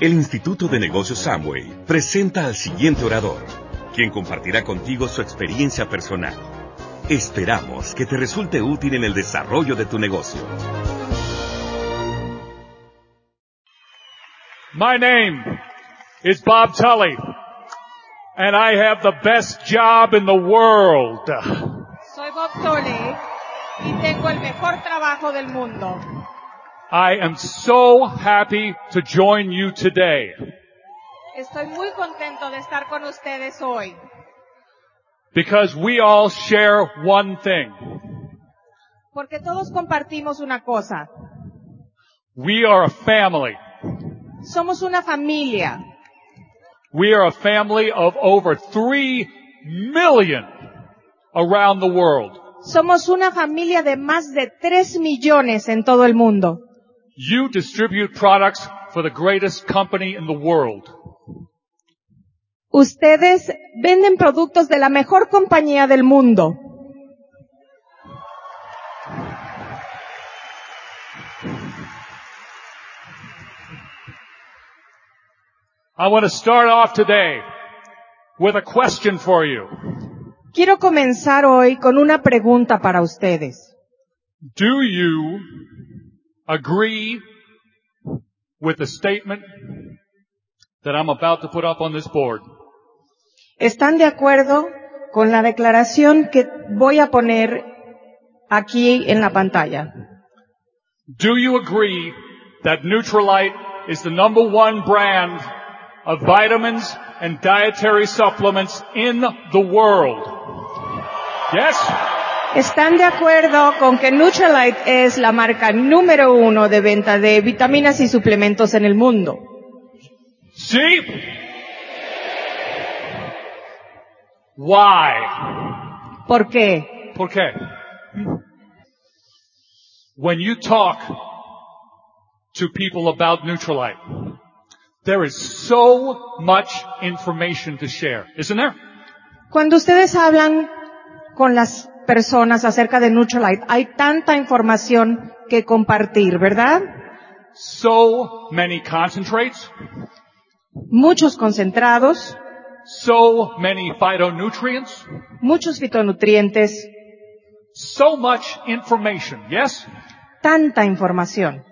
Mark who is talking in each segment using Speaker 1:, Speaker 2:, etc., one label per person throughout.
Speaker 1: El Instituto de Negocios Samway presenta al siguiente orador, quien compartirá contigo su experiencia personal. Esperamos que te resulte útil en el desarrollo de tu negocio.
Speaker 2: My name is Bob Tully, and I have the best job in the world.
Speaker 3: Soy Bob Tully y tengo el mejor trabajo del mundo.
Speaker 2: I am so happy to join you today.
Speaker 3: Estoy muy contento de estar con ustedes hoy
Speaker 2: Because we all share one thing.
Speaker 3: porque todos compartimos una cosa.
Speaker 2: We are a family.
Speaker 3: Somos una familia.
Speaker 2: We are a family of over three million around the world.
Speaker 3: Somos una familia de más de 3 millones en todo el mundo.
Speaker 2: You distribute products for the greatest company in the world.
Speaker 3: Ustedes venden productos de la mejor compañía del mundo.
Speaker 2: I want to start off today with a question for you.
Speaker 3: Quiero comenzar hoy con una pregunta para ustedes.
Speaker 2: Do you agree with the statement that I'm about to put up on this board?
Speaker 3: ¿Están de acuerdo con la declaración que voy a poner aquí en la pantalla?
Speaker 2: Do you agree that Neutralite is the number one brand of vitamins and dietary supplements in the world? Yes?
Speaker 3: ¿Están de acuerdo con que Nutrilite es la marca número uno de venta de vitaminas y suplementos en el mundo?
Speaker 2: See? Why?
Speaker 3: ¿Por qué?
Speaker 2: Por qué? When you talk to people about Neutralite, there is so much information to share, isn't there?
Speaker 3: Cuando ustedes hablan con las personas acerca de Nutrilite, hay tanta información que compartir, ¿verdad?
Speaker 2: So many concentrates,
Speaker 3: Muchos concentrados,
Speaker 2: so many phytonutrients,
Speaker 3: muchos fitonutrientes,
Speaker 2: so much information, yes?
Speaker 3: tanta información.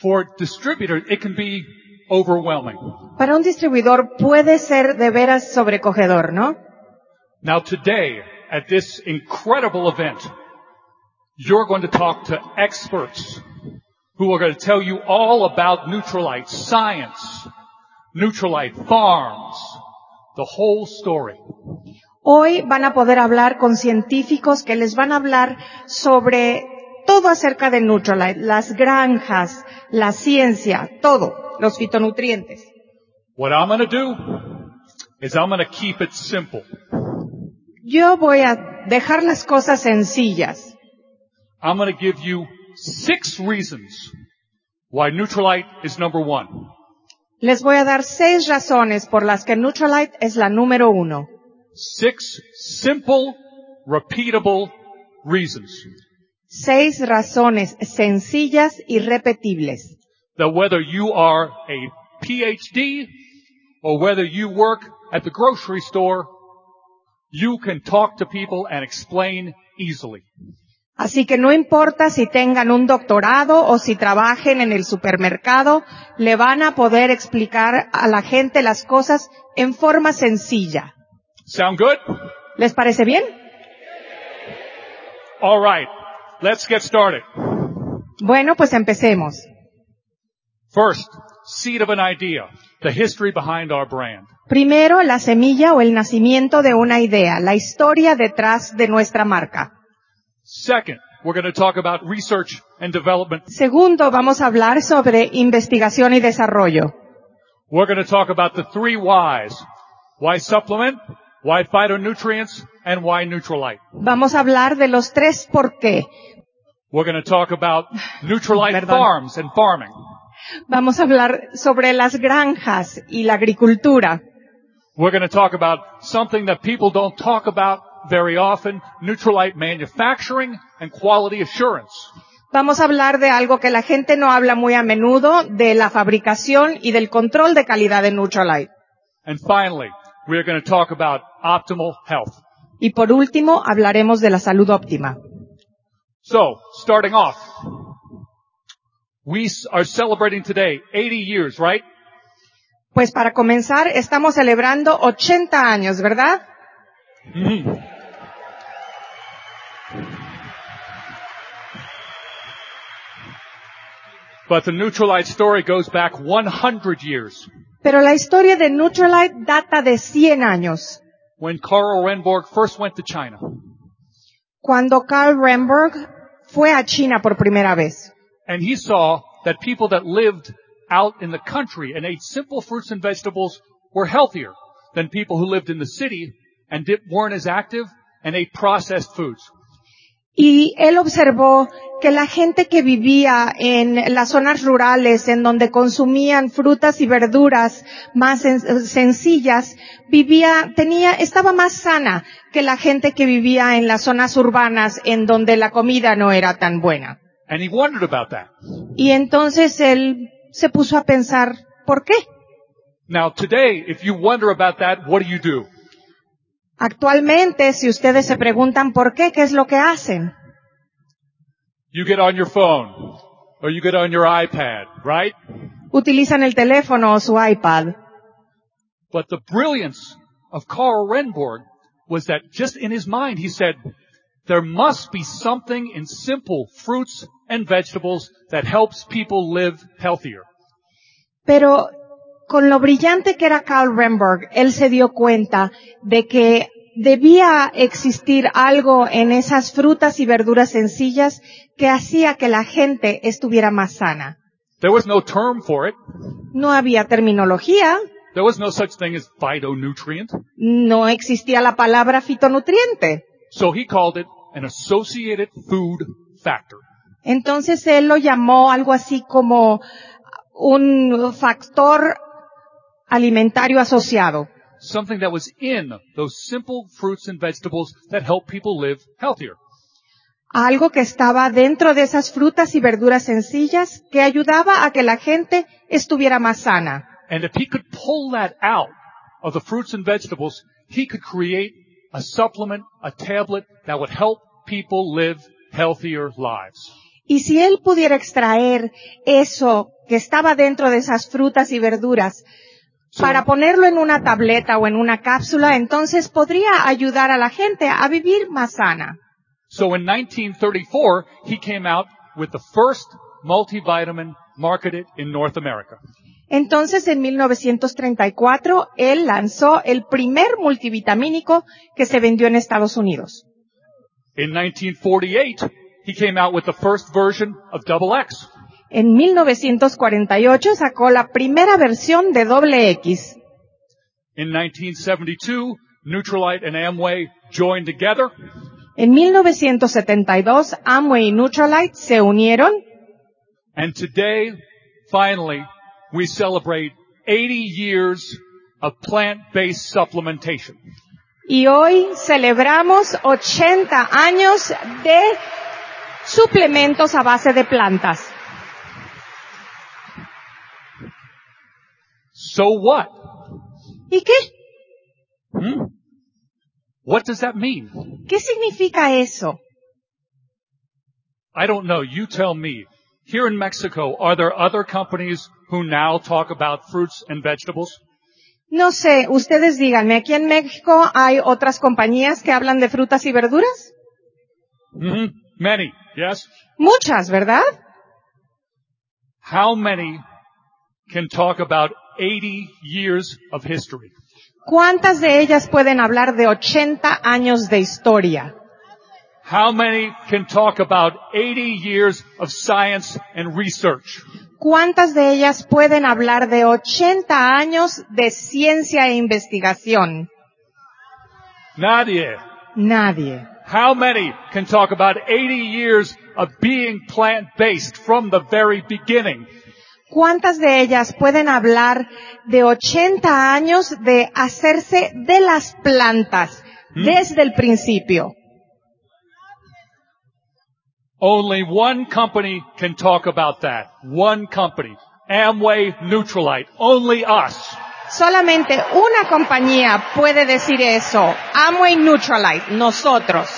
Speaker 2: For distributors, it can be overwhelming.
Speaker 3: Para un distribuidor puede ser de veras sobrecogedor, ¿no?
Speaker 2: Now today, at this incredible event, you're going to talk to experts who are going to tell you all about Neutralite science, Neutralite farms, the whole story.
Speaker 3: Hoy van a poder hablar con científicos que les van a hablar sobre todo acerca de Nutrilite, las granjas, la ciencia, todo, los fitonutrientes.
Speaker 2: What I'm going to do is I'm going to keep it simple.
Speaker 3: Yo voy a dejar las cosas sencillas.
Speaker 2: I'm going to give you six reasons why Neutralite is number one.
Speaker 3: Les voy a dar seis razones por las que Nutrilite es la número uno.
Speaker 2: Six simple, repeatable reasons
Speaker 3: Seis razones sencillas y repetibles.
Speaker 2: that whether you are a PhD or whether you work at the grocery store, you can talk to people and explain easily.
Speaker 3: Así que no importa si tengan un doctorado o si trabajen en el supermercado, le van a poder explicar a la gente las cosas en forma sencilla.
Speaker 2: Sound good?
Speaker 3: ¿Les parece bien?
Speaker 2: All right. Let's get started.
Speaker 3: Bueno, pues empecemos.
Speaker 2: First, seed of an idea, the history behind our brand.
Speaker 3: Primero, la semilla o el nacimiento de una idea, la historia detrás de nuestra marca.
Speaker 2: Second, we're going to talk about research and development.
Speaker 3: Segundo, vamos a hablar sobre investigación y desarrollo.
Speaker 2: We're going to talk about the three whys. Why supplement, why phytonutrients, and why Neutralite.
Speaker 3: Vamos a hablar de los tres por qué.
Speaker 2: We're going to talk about Neutralite
Speaker 3: Perdón.
Speaker 2: farms and farming.
Speaker 3: Vamos a hablar sobre las granjas y la agricultura.
Speaker 2: We're going to talk about something that people don't talk about very often, Neutralite manufacturing and quality assurance.
Speaker 3: Vamos a hablar de algo que la gente no habla muy a menudo, de la fabricación y del control de calidad de Nutralite.
Speaker 2: And finally, we're going to talk about optimal health.
Speaker 3: Y por último, hablaremos de la salud óptima.
Speaker 2: So, starting off, we s- are celebrating today 80 years, right?
Speaker 3: Pues para comenzar, estamos celebrando 80 años, ¿verdad?
Speaker 2: But the Neutralite story goes back 100 years.
Speaker 3: Pero la historia de Nutralite data de 100 años,
Speaker 2: When Carl Renborg first went to China,
Speaker 3: cuando Carl Renberg fue a China por primera vez.
Speaker 2: and he saw that people that lived out in the country and ate simple fruits and vegetables were healthier than people who lived in the city and di- weren't as active and ate processed foods.
Speaker 3: Y él observó que la gente que vivía en las zonas rurales, en donde consumían frutas y verduras más sen- sencillas, vivía, tenía, estaba más sana que la gente que vivía en las zonas urbanas, en donde la comida no era tan buena.
Speaker 2: And he wondered about that.
Speaker 3: Y entonces él se puso a pensar, ¿por qué?
Speaker 2: Now today, if you wonder about that, what do you do?
Speaker 3: Actualmente, si ustedes se preguntan por qué, ¿qué es lo que hacen?
Speaker 2: You get on your phone or you get on your iPad, right?
Speaker 3: Utilizan el teléfono o su iPad.
Speaker 2: But the brilliance of Karl Renborg was that just in his mind he said, there must be something in simple fruits and vegetables that helps people live healthier.
Speaker 3: Pero con lo brillante que era Carl Renberg, él se dio cuenta de que debía existir algo en esas frutas y verduras sencillas que hacía que la gente estuviera más sana.
Speaker 2: There was no term for it.
Speaker 3: No había terminología,
Speaker 2: There was no such thing as phytonutrient.
Speaker 3: no existía la palabra fitonutriente.
Speaker 2: So he called it an associated food factor.
Speaker 3: Entonces él lo llamó algo así como un factor alimentario asociado,
Speaker 2: Something that was in those simple fruits and vegetables that help people live healthier.
Speaker 3: algo que estaba dentro de esas frutas y verduras sencillas que ayudaba a que la gente estuviera más sana.
Speaker 2: And if he could pull that out of the fruits and vegetables, he could create a supplement, a tablet that would help people live healthier lives.
Speaker 3: Y si él pudiera extraer eso que estaba dentro de esas frutas y verduras
Speaker 2: So,
Speaker 3: para ponerlo en una tableta o en una cápsula, entonces podría ayudar a la gente a vivir más sana.
Speaker 2: so in 1934, he came out with the first multivitamin marketed in North America.
Speaker 3: Entonces, en 1934, él lanzó el primer multivitamínico que se vendió en Estados Unidos.
Speaker 2: In 1948, he came out with the first version of Double X.
Speaker 3: En 1948 sacó la primera versión de doble X.
Speaker 2: In 1972, Neutralite and Amway joined together
Speaker 3: En 1972, Amway y Nutralite se unieron
Speaker 2: And today, finally, we celebrate 80 years of plant-based supplementation.
Speaker 3: y hoy celebramos 80 años de suplementos a base de plantas.
Speaker 2: So what?
Speaker 3: ¿Y qué?
Speaker 2: Hmm? What does that mean?
Speaker 3: ¿Qué significa eso?
Speaker 2: I don't know. You tell me. Here in Mexico, are there other companies who now talk about fruits and vegetables?
Speaker 3: No sé, ustedes díganme, ¿aquí en México hay otras compañías que hablan de frutas y verduras?
Speaker 2: hmm Many, yes?
Speaker 3: Muchas, ¿verdad?
Speaker 2: How many can talk about 80 years of history?
Speaker 3: ¿Cuántas de ellas pueden hablar de 80 años de historia?
Speaker 2: How many can talk about 80 years of science and research?
Speaker 3: ¿Cuántas de ellas pueden hablar de 80 años de ciencia e investigación?
Speaker 2: Nadia,
Speaker 3: Nadie.
Speaker 2: how many can talk about 80 years of being plant-based from the very beginning?
Speaker 3: ¿Cuántas de ellas pueden hablar de 80 años de hacerse de las plantas desde el principio?
Speaker 2: Only one company can talk about that. One company. Amway Neutralite. Only us.
Speaker 3: Solamente una compañía puede decir eso. Amway Neutralite, nosotros.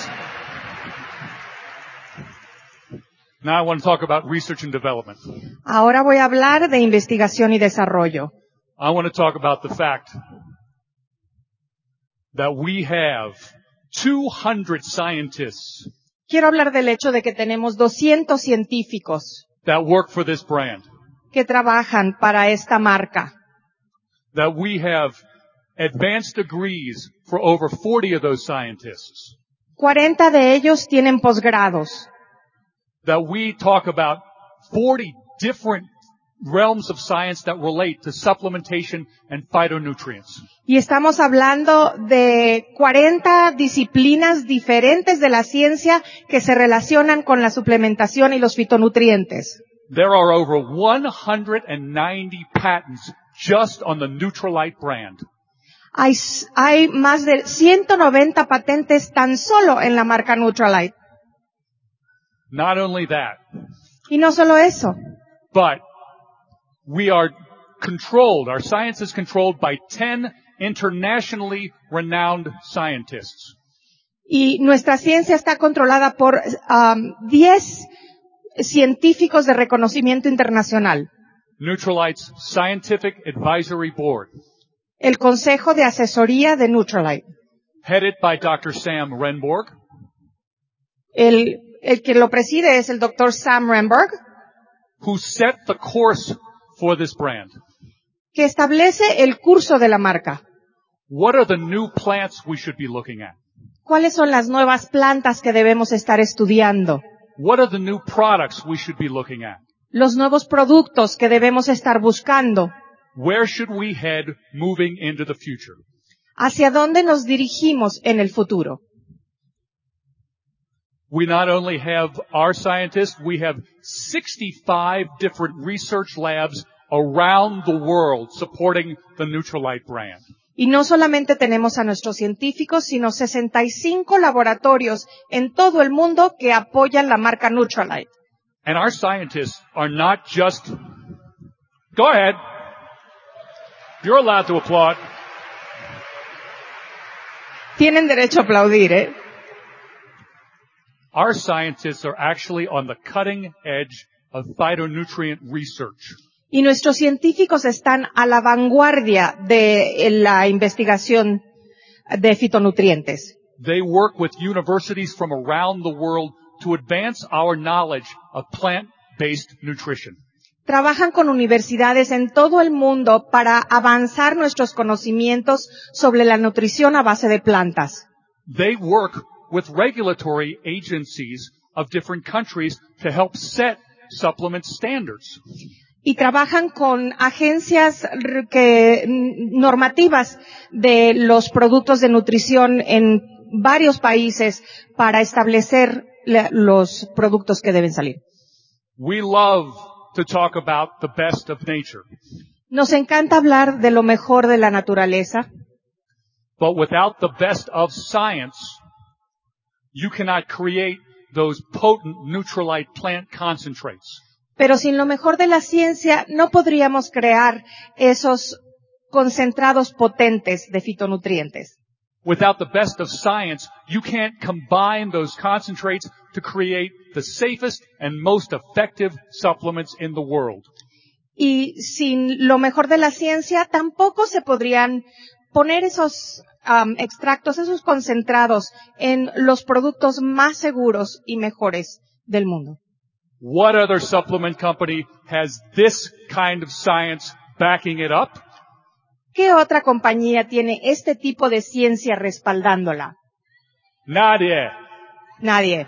Speaker 2: Now I want to talk about research and development.
Speaker 3: Ahora voy a hablar de investigación y desarrollo.
Speaker 2: I want to talk about the fact that we have 200 scientists
Speaker 3: Quiero hablar del hecho de que tenemos 200 científicos
Speaker 2: that work for this brand,
Speaker 3: que trabajan para esta marca,
Speaker 2: that we have advanced degrees for over 40 of those scientists,
Speaker 3: 40 de ellos tienen posgrados,
Speaker 2: that we talk about 40 different realms of science that relate to supplementation and phytonutrients.
Speaker 3: Y estamos hablando de 40 disciplinas diferentes de la ciencia que se relacionan con la suplementación y los fitonutrientes.
Speaker 2: There are over 190 patents just on the Neutralite brand.
Speaker 3: Hay, s- hay más de 190 patentes tan solo en la marca Neutralite.
Speaker 2: Not only that,
Speaker 3: Y no solo eso,
Speaker 2: but we are controlled, our science is controlled by 10 internationally renowned scientists.
Speaker 3: y nuestra ciencia está controlada por am, 10 científicos de reconocimiento internacional.
Speaker 2: Neutralite's Scientific Advisory Board,
Speaker 3: El Consejo de Asesoría de Neutralite.
Speaker 2: headed by Dr. Sam Renborg,
Speaker 3: El, el que lo preside es el doctor Sam Renberg.
Speaker 2: who set the course for this brand.
Speaker 3: que establece el curso de la marca.
Speaker 2: What are the new plants we should be looking at?
Speaker 3: ¿Cuáles son las nuevas plantas que debemos estar estudiando?
Speaker 2: What are the new products we should be looking at?
Speaker 3: Los nuevos productos que debemos estar buscando.
Speaker 2: Where should we head moving into the future?
Speaker 3: ¿Hacia dónde nos dirigimos en el futuro?
Speaker 2: We not only have our scientists, we have 65 different research labs around the world supporting the Neutralite brand.
Speaker 3: Y no solamente tenemos a nuestros científicos, sino 65 laboratorios en todo el mundo que apoyan la marca Neutralite.
Speaker 2: And our scientists are not just, go ahead. You're allowed to applaud.
Speaker 3: Tienen derecho a aplaudir, ¿eh?
Speaker 2: Our scientists are actually on the cutting edge of phytonutrient research.
Speaker 3: Y nuestros científicos están a la vanguardia de eh, la investigación de fitonutrientes.
Speaker 2: They work with universities from around the world to advance our knowledge of plant-based nutrition.
Speaker 3: Trabajan con universidades en todo el mundo para avanzar nuestros conocimientos sobre la nutrición a base de plantas.
Speaker 2: They work with regulatory agencies of different countries to help set supplement standards.
Speaker 3: Y trabajan con agencias r- que, n- normativas de los productos de nutrición en varios países para establecer la- los productos que deben salir.
Speaker 2: We love to talk about the best of nature,
Speaker 3: Nos encanta hablar de lo mejor de la naturaleza,
Speaker 2: but without the best of science, you cannot create those potent neutralite plant concentrates.
Speaker 3: pero sin lo mejor de la ciencia no podríamos crear esos concentrados potentes de fitonutrientes.
Speaker 2: Without the best of science, you can't combine those concentrates to create the safest and most effective supplements in the world.
Speaker 3: Y sin lo mejor de la ciencia tampoco se podrían poner esos am, extractos, esos concentrados en los productos más seguros y mejores del mundo.
Speaker 2: What other supplement company has this kind of science backing it up?
Speaker 3: ¿Qué otra compañía tiene este tipo de ciencia respaldándola?
Speaker 2: Not yet.
Speaker 3: Nadie.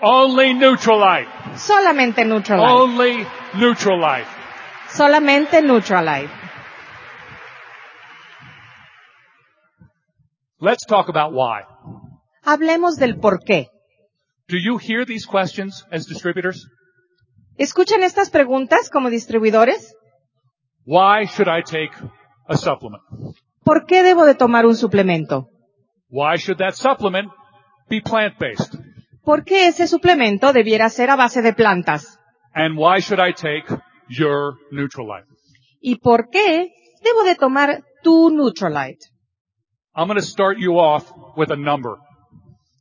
Speaker 2: Only Neutralite.
Speaker 3: Solamente Nutralife.
Speaker 2: Only Neutralite.
Speaker 3: Solamente Nutralife.
Speaker 2: Let's talk about why.
Speaker 3: Hablemos del por qué.
Speaker 2: Do you hear these questions as distributors?
Speaker 3: ¿Escuchan estas preguntas como distribuidores?
Speaker 2: Why should I take a supplement?
Speaker 3: ¿Por qué debo de tomar un suplemento?
Speaker 2: Why should that supplement be plant-based?
Speaker 3: ¿Por qué ese suplemento debiera ser a base de plantas?
Speaker 2: And why should I take your Neutralite?
Speaker 3: ¿Y por qué debo de tomar tu Nutralite?
Speaker 2: I'm going to start you off with a number.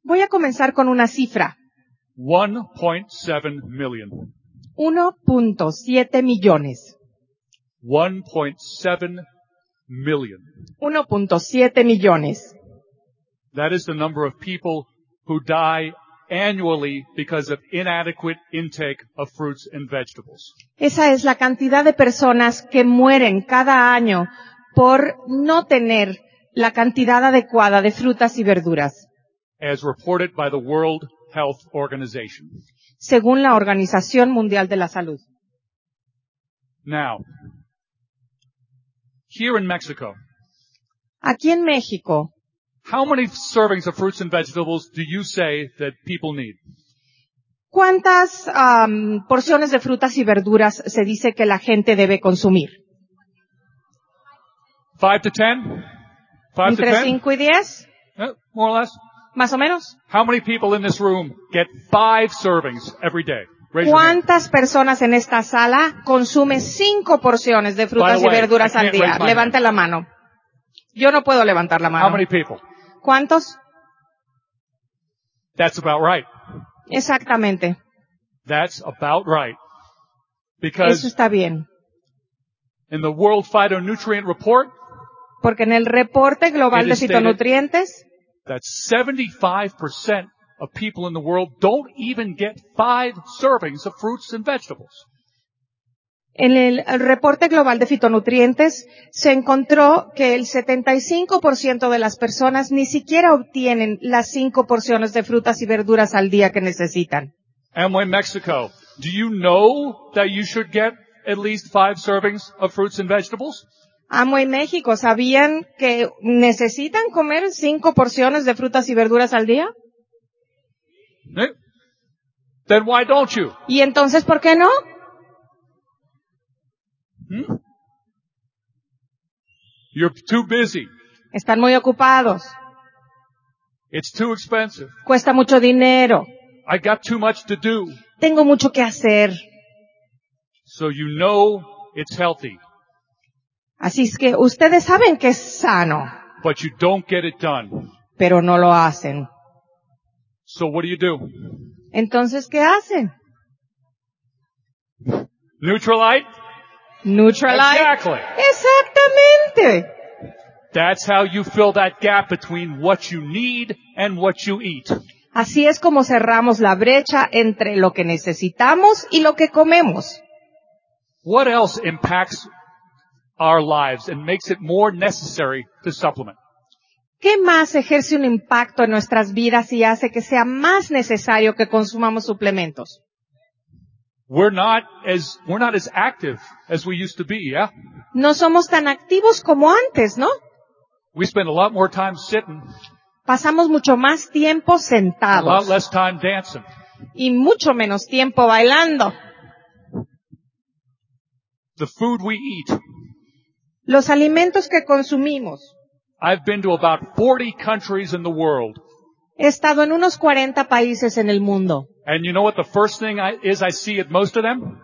Speaker 3: Voy a comenzar con una cifra.
Speaker 2: 1.7 million.
Speaker 3: 1.7 millones.
Speaker 2: 1.7 million.
Speaker 3: 1.7 millones.
Speaker 2: That is the number of people who die annually because of inadequate intake of fruits and vegetables.
Speaker 3: Esa es la cantidad de personas que mueren cada año por no tener la cantidad adecuada de frutas y verduras,
Speaker 2: as reported by the World Health Organization.
Speaker 3: según la Organización Mundial de la Salud.
Speaker 2: Now, here in Mexico,
Speaker 3: Aquí en México,
Speaker 2: how many servings of fruits and vegetables do you say that people need?
Speaker 3: ¿cuántas am, porciones de frutas y verduras se dice que la gente debe consumir?
Speaker 2: Five to ten? Five to
Speaker 3: ¿Entre
Speaker 2: ten?
Speaker 3: 5 y 10?
Speaker 2: Yeah, more or less.
Speaker 3: ¿Más o menos?
Speaker 2: How many people in this room get five servings every day? Raise your hand.
Speaker 3: ¿Cuántas personas en esta sala consumen cinco porciones de
Speaker 2: By
Speaker 3: frutas
Speaker 2: the
Speaker 3: y
Speaker 2: way,
Speaker 3: verduras
Speaker 2: I
Speaker 3: al
Speaker 2: can't
Speaker 3: día?
Speaker 2: raise my
Speaker 3: Levante
Speaker 2: hand.
Speaker 3: la mano. Yo no puedo levantar la
Speaker 2: How
Speaker 3: mano.
Speaker 2: many people?
Speaker 3: ¿Cuántos?
Speaker 2: That's about right.
Speaker 3: Exactamente.
Speaker 2: That's about right.
Speaker 3: Eso
Speaker 2: Because
Speaker 3: está bien.
Speaker 2: in the World Phytonutrient Report,
Speaker 3: Porque en el reporte global
Speaker 2: It
Speaker 3: de
Speaker 2: is stated-
Speaker 3: fitonutrientes
Speaker 2: that 75% of people in the world don't even get five servings of fruits and vegetables.
Speaker 3: En el el reporte global de fitonutrientes se encontró que el 75% de las personas ni siquiera obtienen las cinco porciones de frutas y verduras al día que necesitan.
Speaker 2: Amway Mexico, do you know that you should get at least five servings of fruits and vegetables?
Speaker 3: Amo en México, ¿sabían que necesitan comer cinco porciones de frutas y verduras al día?
Speaker 2: Eh? Then why don't you?
Speaker 3: ¿Y entonces por qué no?
Speaker 2: You're too busy.
Speaker 3: Están muy ocupados,
Speaker 2: It's too expensive.
Speaker 3: cuesta mucho dinero,
Speaker 2: I got too much to do.
Speaker 3: tengo mucho que hacer.
Speaker 2: So you know it's healthy,
Speaker 3: Así es que ustedes saben que es sano,
Speaker 2: but you don't get it done.
Speaker 3: pero no lo hacen.
Speaker 2: So what do you do?
Speaker 3: Entonces, ¿qué hacen?
Speaker 2: Neutralite?
Speaker 3: Neutralize.
Speaker 2: Exactly.
Speaker 3: Exactamente.
Speaker 2: That's how you fill that gap between what you need and what you eat.
Speaker 3: Así es como cerramos la brecha entre lo que necesitamos y lo que comemos.
Speaker 2: What else impacts our lives and makes it more necessary to supplement?
Speaker 3: ¿Qué más ejerce un impacto en nuestras vidas y hace que sea más necesario que consumamos suplementos?
Speaker 2: We're not as, we're not as active as we used to be, yeah?
Speaker 3: No somos tan activos como antes, ¿no?
Speaker 2: We spend a lot more time sitting,
Speaker 3: Pasamos mucho más tiempo
Speaker 2: a lot
Speaker 3: sentados
Speaker 2: less time dancing.
Speaker 3: y mucho menos tiempo bailando.
Speaker 2: The food we eat.
Speaker 3: Los alimentos que consumimos.
Speaker 2: I've been to about 40 countries in the world.
Speaker 3: He estado en unos 40 países en el mundo.
Speaker 2: And you know what the first thing I, is I see at most of them?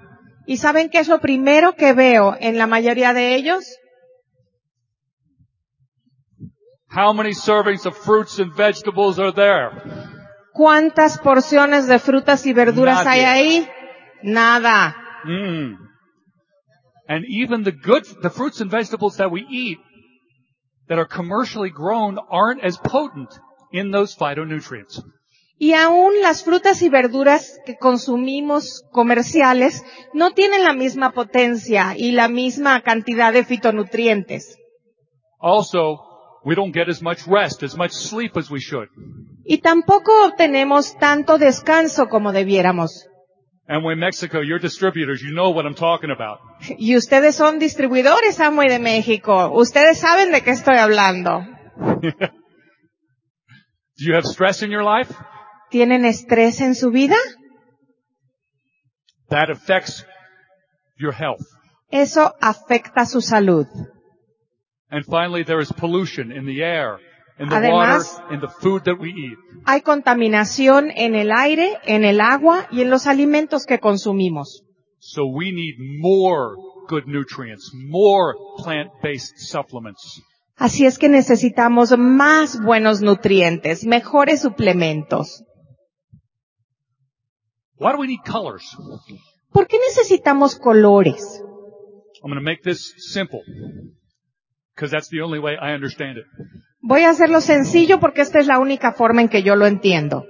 Speaker 3: ¿Y saben qué es lo primero que veo en la mayoría de ellos?
Speaker 2: How many servings of fruits and vegetables are there?
Speaker 3: ¿Cuántas porciones de frutas y verduras
Speaker 2: Nadie.
Speaker 3: hay ahí? Nada.
Speaker 2: Mm. And even the good, the fruits and vegetables that we eat that are commercially grown aren't as potent in those phytonutrients.
Speaker 3: Y aún las frutas y verduras que consumimos comerciales no tienen la misma potencia y la misma cantidad de fitonutrientes.
Speaker 2: Also, We don't get as much rest, as much sleep as we should.
Speaker 3: Y tampoco obtenemos tanto descanso como debiéramos.
Speaker 2: And when Mexico, you're distributors, you know what I'm talking about.
Speaker 3: Y ustedes son distribuidores, Amway de México. Ustedes saben de qué estoy hablando.
Speaker 2: Do you have stress in your life?
Speaker 3: ¿Tienen estrés en su vida?
Speaker 2: That affects your health.
Speaker 3: Eso afecta su salud.
Speaker 2: And finally, there is pollution in the air, in the
Speaker 3: Además-
Speaker 2: water, in the food that we eat.
Speaker 3: Hay contaminación en el aire, en el agua y en los alimentos que consumimos.
Speaker 2: So we need more good nutrients, more plant-based supplements.
Speaker 3: Así es que necesitamos más buenos nutrientes, mejores suplementos.
Speaker 2: Why do we need colors?
Speaker 3: ¿Por qué necesitamos colores?
Speaker 2: I'm going to make this simple because that's the only way I understand it.
Speaker 3: Voy a hacerlo sencillo porque esta es la única forma en que yo lo entiendo.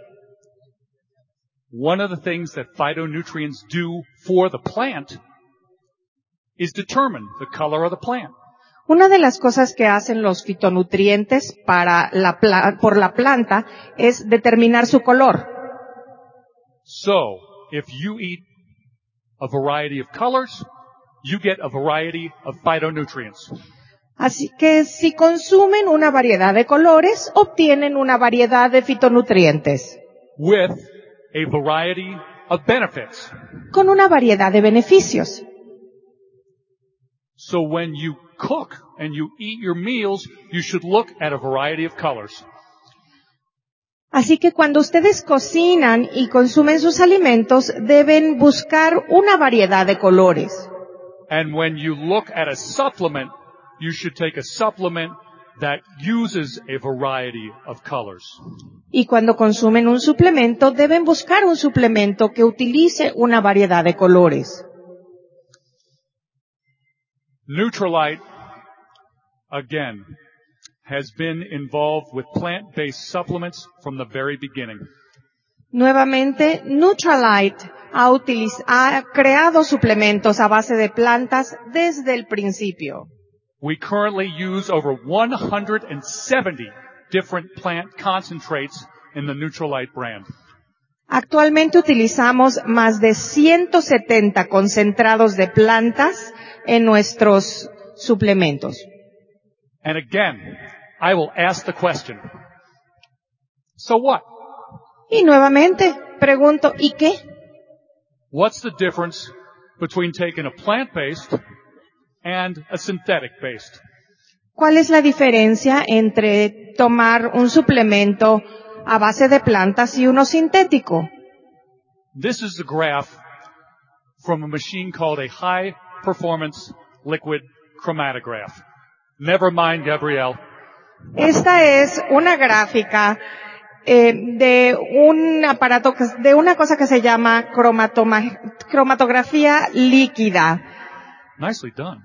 Speaker 2: One of the things that phytonutrients do for the plant is determine the color of the plant.
Speaker 3: Una de las cosas que hacen los fitonutrientes para la pla- por la planta es determinar su color.
Speaker 2: So if you eat a variety of colors, you get a variety of phytonutrients.
Speaker 3: Así que si consumen una variedad de colores, obtienen una variedad de fitonutrientes
Speaker 2: with a variety of benefits.
Speaker 3: con una variedad de beneficios.
Speaker 2: So when you cook and you eat your meals, you should look at a variety of colors.
Speaker 3: Así que cuando ustedes cocinan y consumen sus alimentos, deben buscar una variedad de colores.
Speaker 2: And when you look at a supplement, you should take a supplement that uses a variety of colors.
Speaker 3: Y cuando consumen un suplemento, deben buscar un suplemento que utilice una variedad de colores.
Speaker 2: Neutralite, again, has been involved with plant-based supplements from the very beginning.
Speaker 3: Nuevamente, Nutralite ha, utiliz- ha creado suplementos a base de plantas desde el principio.
Speaker 2: We currently use over 170 different plant concentrates in the Neutralite brand.
Speaker 3: Actualmente utilizamos más de 170 concentrados de plantas en nuestros suplementos.
Speaker 2: And again, I will ask the question. So what?
Speaker 3: Y nuevamente, pregunto, ¿y qué?
Speaker 2: What's the difference between taking a plant-based and a synthetic-based?
Speaker 3: ¿Cuál es la diferencia entre tomar un suplemento a base de plantas y uno sintético?
Speaker 2: This is the graph from a machine called a high performance liquid chromatograph. Never mind, Gabrielle.
Speaker 3: Esta es una gráfica eh, de un aparato, que- de una cosa que se llama cromatoma- cromatografía líquida.
Speaker 2: Nicely done.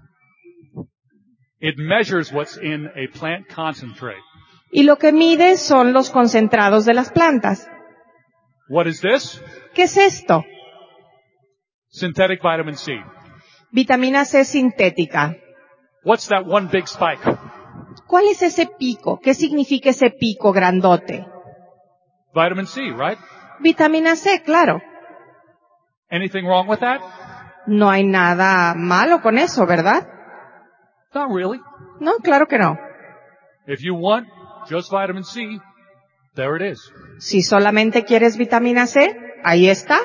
Speaker 2: It measures what's in a plant concentrate.
Speaker 3: Y lo que mide son los concentrados de las plantas.
Speaker 2: What is this?
Speaker 3: ¿Qué es esto?
Speaker 2: Synthetic vitamin C.
Speaker 3: Vitamina C sintética.
Speaker 2: What's that one big spike?
Speaker 3: ¿Cuál es ese pico? ¿Qué significa ese pico grandote?
Speaker 2: Vitamin C, right?
Speaker 3: Vitamina C, claro.
Speaker 2: Anything wrong with that?
Speaker 3: No hay nada malo con eso, ¿verdad?
Speaker 2: Not really.
Speaker 3: No, claro que no.
Speaker 2: If you want just vitamin C, there it is.
Speaker 3: Si solamente quieres vitamina C, ahí está.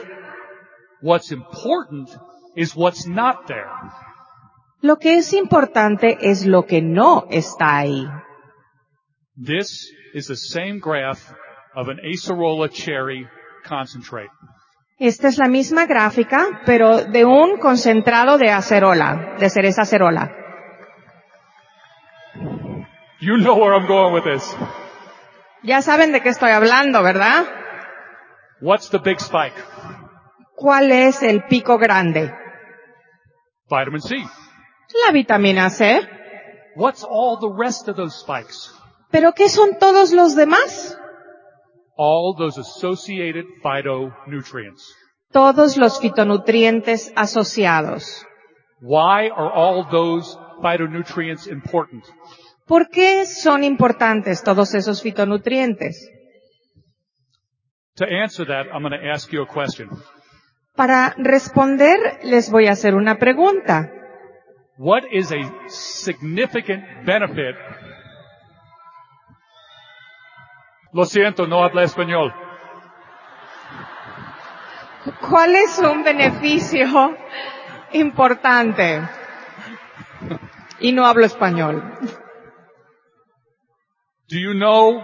Speaker 2: What's important is what's not there.
Speaker 3: Lo que es importante es lo que no está ahí.
Speaker 2: This is the same graph of an acerola cherry concentrate.
Speaker 3: Esta es la misma gráfica, pero de un concentrado de acerola, de cereza acerola.
Speaker 2: You know where I'm going with this.
Speaker 3: Ya saben de qué estoy hablando, ¿verdad?
Speaker 2: What's the big spike?
Speaker 3: ¿Cuál es el pico grande?
Speaker 2: Vitamin C.
Speaker 3: La vitamina C.
Speaker 2: What's all the rest of those spikes?
Speaker 3: ¿Pero qué son todos los demás?
Speaker 2: All those associated phytonutrients.
Speaker 3: Todos los fitonutrientes asociados.
Speaker 2: Why are all those phytonutrients important?
Speaker 3: ¿Por qué son importantes todos esos fitonutrientes?
Speaker 2: To answer that, I'm going to ask you a question.
Speaker 3: Para responder, les voy a hacer una pregunta.
Speaker 2: What is a significant benefit? Lo siento, no habla español.
Speaker 3: ¿Cuál es un beneficio importante? Y no hablo español.
Speaker 2: Do you know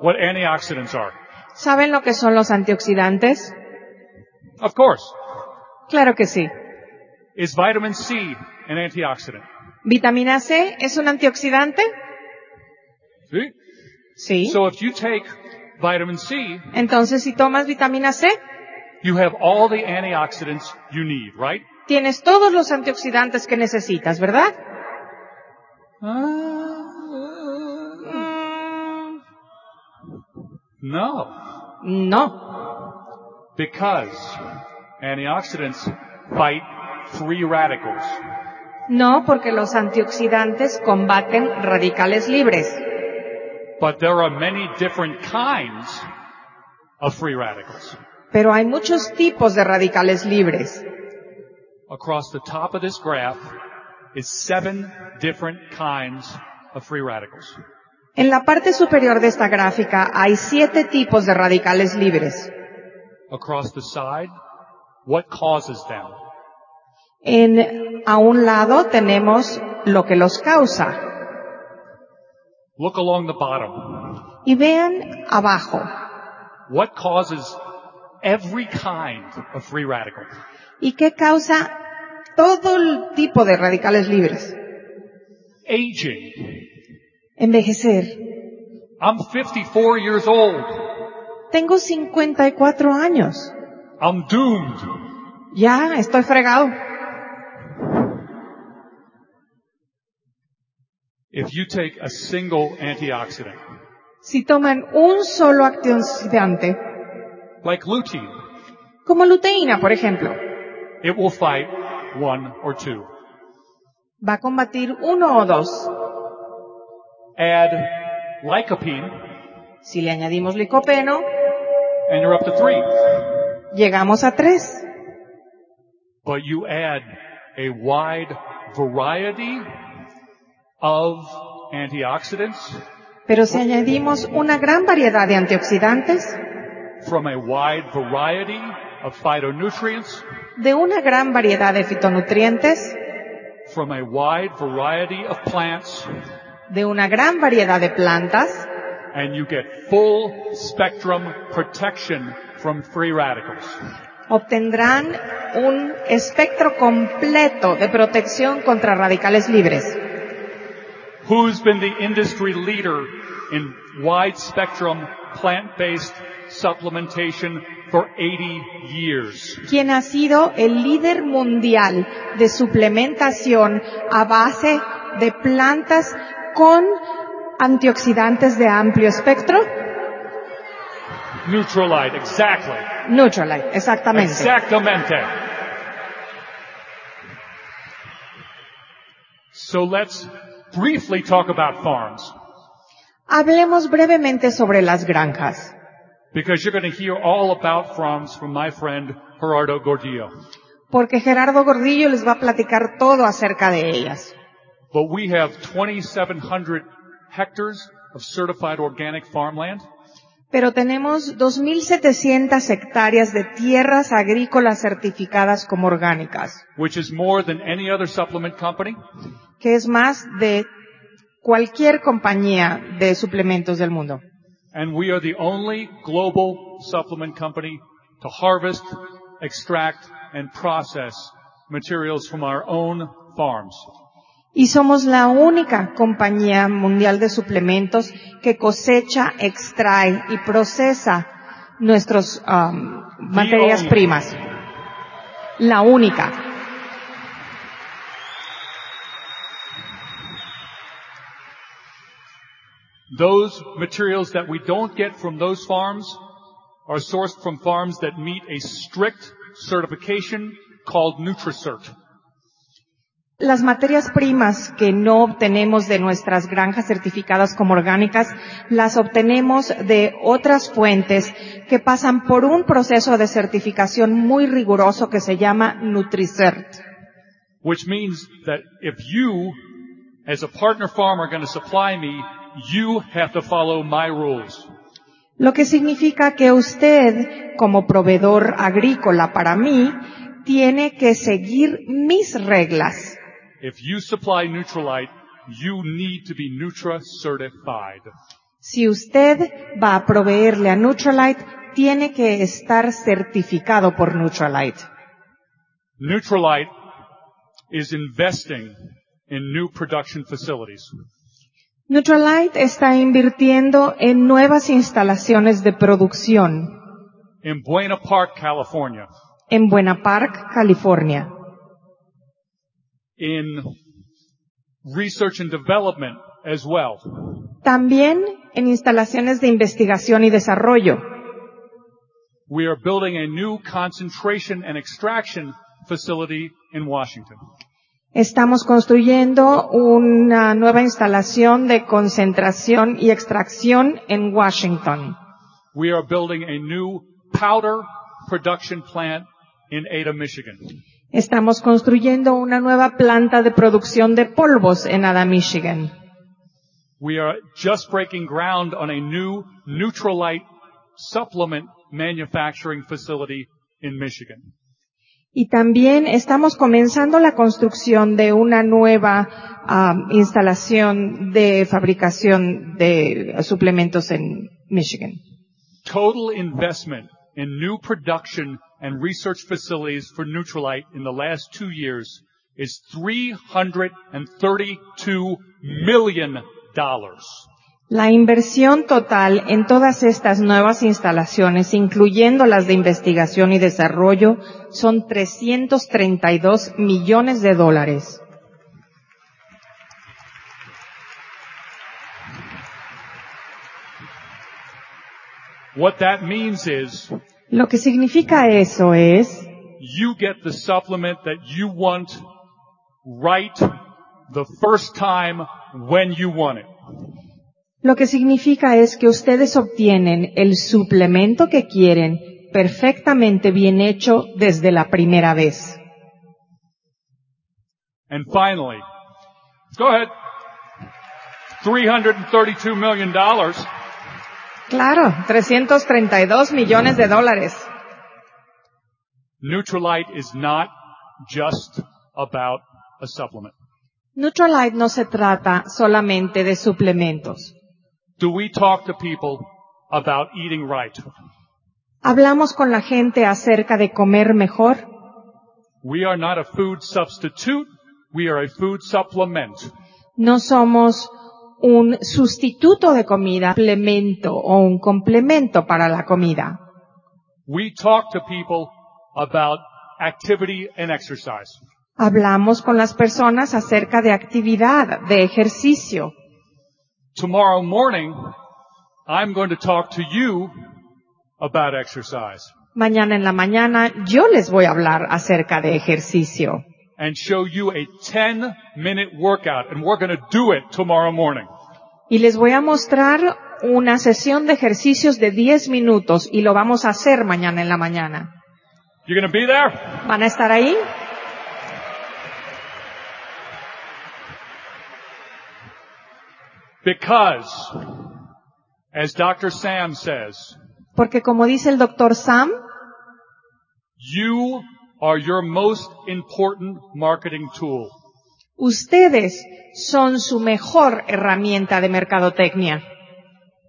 Speaker 2: what antioxidants are?
Speaker 3: ¿Saben lo que son los antioxidantes?
Speaker 2: Of course.
Speaker 3: Claro que sí.
Speaker 2: Is vitamin C an antioxidant?
Speaker 3: ¿Vitamina C es un antioxidante?
Speaker 2: See?
Speaker 3: Sí.
Speaker 2: So if you take vitamin C,
Speaker 3: Entonces, si tomas vitamina C,
Speaker 2: you have all the antioxidants you need, right?
Speaker 3: tienes todos los antioxidantes que necesitas, ¿verdad?
Speaker 2: Ah,
Speaker 3: Mm,
Speaker 2: No.
Speaker 3: No,
Speaker 2: Because antioxidants fight free radicals.
Speaker 3: no, porque los antioxidantes combaten radicales libres.
Speaker 2: But there are many different kinds of free radicals.
Speaker 3: Pero hay muchos tipos de radicales libres.
Speaker 2: Across the top of this graph is seven different kinds of free radicals.
Speaker 3: En la parte superior de esta gráfica hay siete tipos de radicales libres.
Speaker 2: Across the side, what causes them?
Speaker 3: En, a un lado tenemos lo que los causa.
Speaker 2: Look along the bottom.
Speaker 3: Y vean abajo.
Speaker 2: What causes every kind of free radical?
Speaker 3: ¿Y qué causa todo el tipo de radicales libres?
Speaker 2: Aging.
Speaker 3: Envejecer.
Speaker 2: I'm 54 years old.
Speaker 3: Tengo 54 años.
Speaker 2: I'm doomed.
Speaker 3: Ya, estoy fregado.
Speaker 2: If you take a single antioxidant,
Speaker 3: Si toman un solo antioxidante,
Speaker 2: like lutein,
Speaker 3: como luteína, por ejemplo,
Speaker 2: it will fight one or two.
Speaker 3: va a combatir uno o dos.
Speaker 2: Add lycopene,
Speaker 3: Si le añadimos licopeno,
Speaker 2: and you're up to three.
Speaker 3: llegamos a tres.
Speaker 2: But you add a wide variety of antioxidants
Speaker 3: Pero si añadimos una gran variedad de antioxidantes,
Speaker 2: from a wide variety of phytonutrients,
Speaker 3: de una gran variedad de fitonutrientes,
Speaker 2: from a wide variety of plants,
Speaker 3: de una gran variedad de plantas,
Speaker 2: and you get full spectrum protection from free radicals.
Speaker 3: obtendrán un espectro completo de protección contra radicales libres.
Speaker 2: Who's been the industry leader in wide spectrum plant-based supplementation for 80 years?
Speaker 3: quien ha sido el líder mundial de suplementación a base de plantas con antioxidantes de amplio espectro?
Speaker 2: Neutralite, exactly.
Speaker 3: Nutralite, exactamente.
Speaker 2: Exactamente. So let's briefly talk about farms
Speaker 3: Hablemos brevemente sobre las granjas,
Speaker 2: because you're going to hear all about farms from my friend Gerardo Gordillo.
Speaker 3: porque Gerardo Gordillo les va a platicar todo acerca de ellas.
Speaker 2: But we have 2,700 hectares of certified organic farmland.
Speaker 3: Pero tenemos 2.700 hectáreas de tierras agrícolas certificadas como orgánicas,
Speaker 2: which is more than any other supplement company.
Speaker 3: que es más de cualquier compañía de suplementos del mundo.
Speaker 2: And we are the only global supplement company to harvest, extract, and process materials from our own farms.
Speaker 3: Y somos la única compañía mundial de suplementos que cosecha, extrae y procesa nuestras materias
Speaker 2: only.
Speaker 3: primas. La única.
Speaker 2: Those materials that we don't get from those farms are sourced from farms that meet a strict certification called NutriCert.
Speaker 3: Las materias primas que no obtenemos de nuestras granjas certificadas como orgánicas las obtenemos de otras fuentes que pasan por un proceso de certificación muy riguroso que se llama NutriCert.
Speaker 2: Which means that if you, as a partner farmer, are going to supply me, you have to follow my rules.
Speaker 3: Lo que significa que usted, como proveedor agrícola para mí, tiene que seguir mis reglas.
Speaker 2: If you supply Neutralite, you need to be Nutra certified.
Speaker 3: Si usted va a proveerle a Neutralite, tiene que estar certificado por Neutralite.
Speaker 2: Neutralite is investing in new production facilities.
Speaker 3: Neutralite está invirtiendo en nuevas instalaciones de producción
Speaker 2: In Buena Park, California,
Speaker 3: en Buena Park, California,
Speaker 2: in research and development as well.
Speaker 3: también en instalaciones de investigación y desarrollo.
Speaker 2: We are building a new concentration and extraction facility in Washington.
Speaker 3: Estamos construyendo una nueva instalación de concentración y extracción en Washington.
Speaker 2: We are building a new powder production plant in Ada, Michigan.
Speaker 3: Estamos construyendo una nueva planta de producción de polvos en Ada, Michigan.
Speaker 2: We are just breaking ground on a new Neutralite supplement manufacturing facility in Michigan.
Speaker 3: Y también estamos comenzando la construcción de una nueva ah, instalación de fabricación de suplementos en Michigan.
Speaker 2: Total investment in new production and research facilities for Neutralite in the last two years is $332 million.
Speaker 3: La inversión total en todas estas nuevas instalaciones, incluyendo las de investigación y desarrollo, son 332 millones de dólares.
Speaker 2: What that means is
Speaker 3: Lo que significa eso es,
Speaker 2: you get the supplement that you want right the first time when you want it.
Speaker 3: lo que significa es que ustedes obtienen el suplemento que quieren perfectamente bien hecho desde la primera vez.
Speaker 2: And finally, go ahead. $332 million
Speaker 3: Claro, 332 millones de dólares.
Speaker 2: Neutralite is not just about a supplement.
Speaker 3: Nutralite no se trata solamente de suplementos.
Speaker 2: Do we talk to people about eating right?
Speaker 3: Hablamos con la gente acerca de comer mejor.
Speaker 2: We are not a food substitute. We are a food supplement.
Speaker 3: No somos un sustituto de comida, complemento o un complemento para la comida.
Speaker 2: We talk to people about activity and exercise.
Speaker 3: Hablamos con las personas acerca de actividad, de ejercicio.
Speaker 2: Tomorrow morning, I'm going to talk to you about exercise
Speaker 3: Mañana en la mañana yo les voy a hablar acerca de ejercicio
Speaker 2: and show you a 10 minute workout and we're going to do it tomorrow morning.
Speaker 3: y les voy a mostrar una sesión de ejercicios de 10 minutos y lo vamos a hacer mañana en la mañana.
Speaker 2: You're going to be there?
Speaker 3: ¿Van a estar ahí?
Speaker 2: Because as Dr. Sam says,
Speaker 3: Porque como dice el doctor Sam,
Speaker 2: you are your most important marketing tool.
Speaker 3: ustedes son su mejor herramienta de mercadotecnia.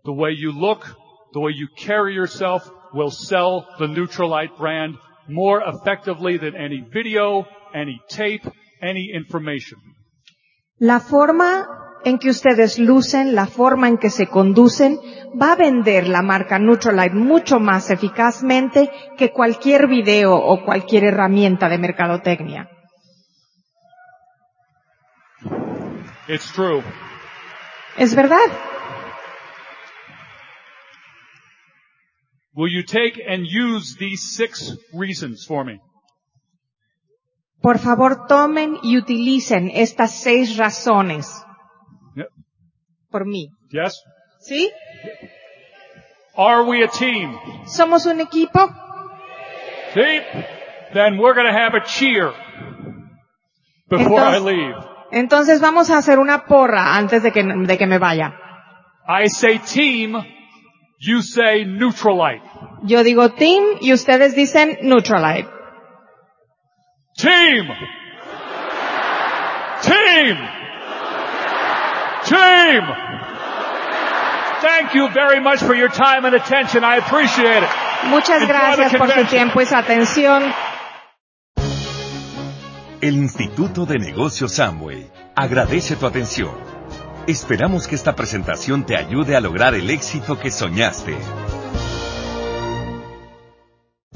Speaker 2: The way you look, the way you carry yourself will sell the Neutralite brand more effectively than any video, any tape, any information.
Speaker 3: La forma en que ustedes lucen, la forma en que se conducen, va a vender la marca Nutrolife mucho más eficazmente que cualquier video o cualquier herramienta de mercadotecnia.
Speaker 2: It's true.
Speaker 3: Es verdad.
Speaker 2: Will you take and use these six reasons for me?
Speaker 3: Por favor, tomen y utilicen estas seis razones
Speaker 2: Yep.
Speaker 3: por mí.
Speaker 2: Yes?
Speaker 3: ¿Sí?
Speaker 2: Are we a team?
Speaker 3: ¿Somos un equipo?
Speaker 2: See? Then we're gonna have a cheer before I
Speaker 3: Entonces-
Speaker 2: leave.
Speaker 3: Entonces vamos a hacer una porra antes de que, de que me vaya.
Speaker 2: I say team, you say neutralite.
Speaker 3: Yo digo team y ustedes dicen neutralite.
Speaker 2: Team! Team! Team! Thank you very much for your time and attention. I appreciate it.
Speaker 3: Muchas
Speaker 2: Enjoy the
Speaker 3: gracias por su
Speaker 2: convention.
Speaker 3: tiempo y su atención.
Speaker 1: El Instituto de Negocios Samway agradece tu atención. Esperamos que esta presentación te ayude a lograr el éxito que soñaste.